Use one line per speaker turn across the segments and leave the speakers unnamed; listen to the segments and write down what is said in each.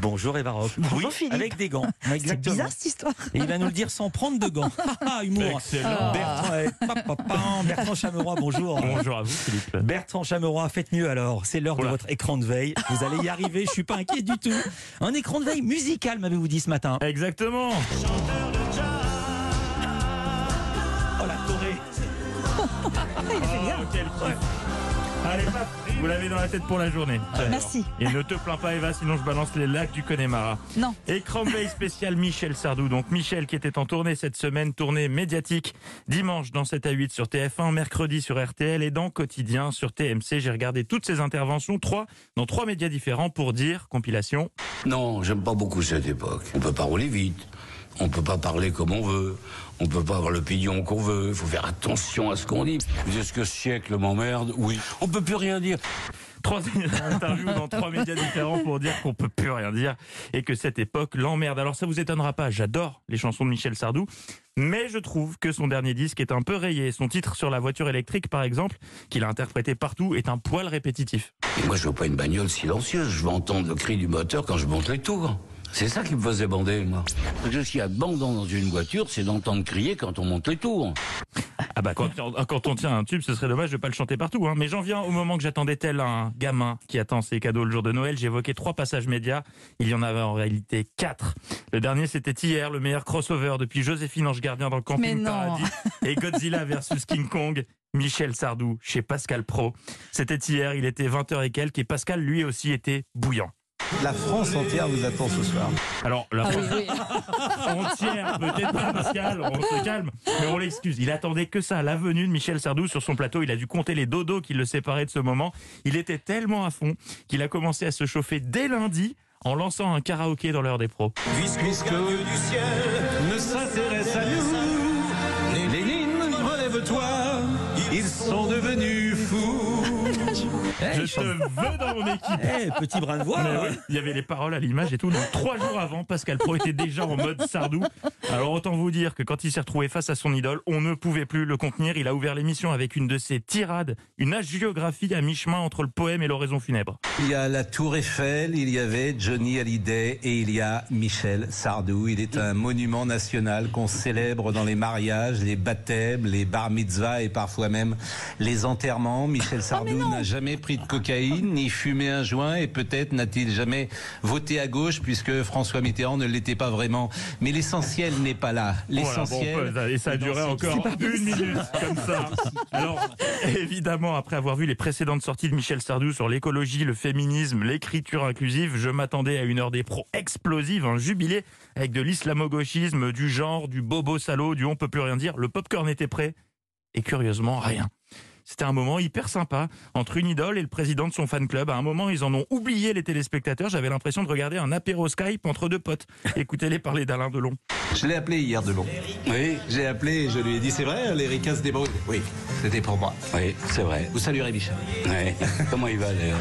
Bonjour Eva Rock.
Bonjour,
oui,
Philippe.
avec des gants.
C'est bizarre cette histoire.
Et il va nous le dire sans prendre de gants. Haha, humour.
Excellent.
Bertrand, eh, pa, pa, pa, Bertrand Chameroy, bonjour.
Bonjour à vous, Philippe.
Bertrand Chameroy, faites mieux alors. C'est l'heure de
Oula.
votre écran de veille. Vous allez y arriver, je suis pas inquiet du tout. Un écran de veille musical, m'avez-vous dit ce matin
Exactement.
Oh la Corée
Oh, quel kiff. Allez, hop, vous l'avez dans la tête pour la journée.
bah,
Merci.
Et ne te plains pas, Eva, sinon je balance les lacs du Connemara.
Non.
Écran Bay spécial Michel Sardou. Donc Michel qui était en tournée cette semaine, tournée médiatique. Dimanche dans 7 à 8 sur TF1, mercredi sur RTL et dans Quotidien sur TMC. J'ai regardé toutes ses interventions, trois, dans trois médias différents pour dire, compilation,
Non, j'aime pas beaucoup cette époque. On peut pas rouler vite. On peut pas parler comme on veut. On peut pas avoir l'opinion qu'on veut. Il faut faire attention à ce qu'on dit. Vous dites, Est-ce que ce siècle m'emmerde Oui. On peut plus rien dire.
trois interviews dans trois médias différents pour dire qu'on peut plus rien dire et que cette époque l'emmerde. Alors ça vous étonnera pas, j'adore les chansons de Michel Sardou, mais je trouve que son dernier disque est un peu rayé. Son titre sur la voiture électrique, par exemple, qu'il a interprété partout, est un poil répétitif.
Et moi, je veux pas une bagnole silencieuse. Je veux entendre le cri du moteur quand je monte les tours. C'est ça qui me faisait bander, moi. Parce que ce qui abandon dans une voiture, c'est d'entendre crier quand on monte les tours.
Ah bah quand, quand on tient un tube, ce serait dommage de pas le chanter partout. hein. Mais j'en viens au moment que j'attendais tel un gamin qui attend ses cadeaux le jour de Noël. J'évoquais trois passages médias. Il y en avait en réalité quatre. Le dernier, c'était hier, le meilleur crossover depuis Joséphine Ange Gardien dans le
Mais
Camping
non.
Paradis et Godzilla versus King Kong. Michel Sardou chez Pascal Pro. C'était hier, il était 20h et quelques et Pascal lui aussi était bouillant.
La France entière vous attend ce soir.
Alors, la
Ah oui, oui.
entière, peut-être pas Pascal, on se calme, mais on l'excuse. Il attendait que ça, la venue de Michel Sardou sur son plateau. Il a dû compter les dodos qui le séparaient de ce moment. Il était tellement à fond qu'il a commencé à se chauffer dès lundi en lançant un karaoké dans l'heure des pros.
Puisque du ciel ne s'intéresse à nous, les Lénine, relève-toi, ils sont devenus fous.
Je te veux dans mon équipe
Eh, petit brin de voix
Mais
hein.
oui, il y avait les paroles à l'image et tout. Donc, trois jours avant, Pascal Pro était déjà en mode Sardou. Alors, autant vous dire que quand il s'est retrouvé face à son idole, on ne pouvait plus le contenir. Il a ouvert l'émission avec une de ses tirades, une agiographie à mi-chemin entre le poème et l'oraison funèbre.
Il y a la Tour Eiffel, il y avait Johnny Hallyday et il y a Michel Sardou. Il est un monument national qu'on célèbre dans les mariages, les baptêmes, les bar mitzvahs et parfois même les enterrements. Michel Sardou n'a jamais pris de cocaïne ni fumé un joint et peut-être n'a-t-il jamais voté à gauche puisque François Mitterrand ne l'était pas vraiment. Mais l'essentiel n'est pas là.
Voilà,
L'essentiel.
Oh bon, et ça a
est dans
duré
cette
encore une minute comme ça. Alors, évidemment, après avoir vu les précédentes sorties de Michel Sardou sur l'écologie, le féminisme, l'écriture inclusive, je m'attendais à une heure des pros explosive, un jubilé avec de l'islamo-gauchisme, du genre, du bobo salaud, du on peut plus rien dire. Le popcorn était prêt et curieusement rien. C'était un moment hyper sympa entre une idole et le président de son fan club. À un moment, ils en ont oublié les téléspectateurs. J'avais l'impression de regarder un apéro Skype entre deux potes. Écoutez-les parler d'Alain Delon.
Je l'ai appelé hier de long.
Oui,
J'ai appelé et je lui ai dit c'est vrai, les ricains se débrouillent. Oui, c'était pour moi.
oui, c'est vrai.
Vous saluerez Michel.
Ouais. Comment il va, d'ailleurs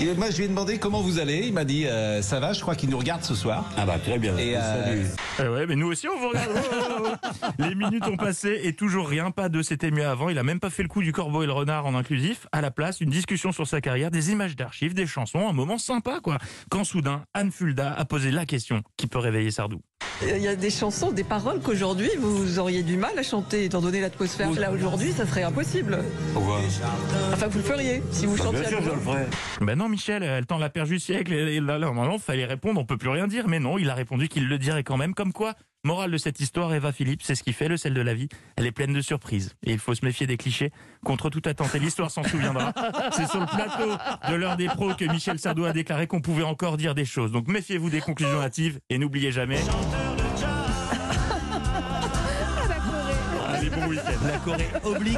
Et moi, je lui ai demandé comment vous allez. Il m'a dit euh, ça va, je crois qu'il nous regarde ce soir.
Ah bah, très bien.
Et, euh,
Salut.
Eh ouais, mais nous aussi on vous regarde. Oh, oh, oh. Les minutes ont passé et toujours rien, pas de c'était mieux avant. Il a même pas fait le coup du corbeau et le renard en inclusif. À la place, une discussion sur sa carrière, des images d'archives, des chansons, un moment sympa quoi. Quand soudain, Anne Fulda a posé la question qui peut réveiller Sardou.
Il y a des chansons, des paroles qu'aujourd'hui vous auriez du mal à chanter, étant donné l'atmosphère là aujourd'hui, ça serait impossible.
Pourquoi
Enfin, vous le feriez si vous
Bah,
chantiez.
Bien
à
sûr, je
nouveau.
le ferai.
Ben non, Michel, elle tend la perche du siècle. Et là, là, normalement, fallait répondre, on peut plus rien dire. Mais non, il a répondu qu'il le dirait quand même. Comme quoi, morale de cette histoire, Eva Philippe, c'est ce qui fait le sel de la vie. Elle est pleine de surprises. Et il faut se méfier des clichés. Contre toute attente, et l'histoire s'en souviendra. C'est sur le plateau de l'heure des pros que Michel Sardou a déclaré qu'on pouvait encore dire des choses. Donc méfiez-vous des conclusions hâtives et n'oubliez jamais. Allez, bon week-end.
La Corée oblige.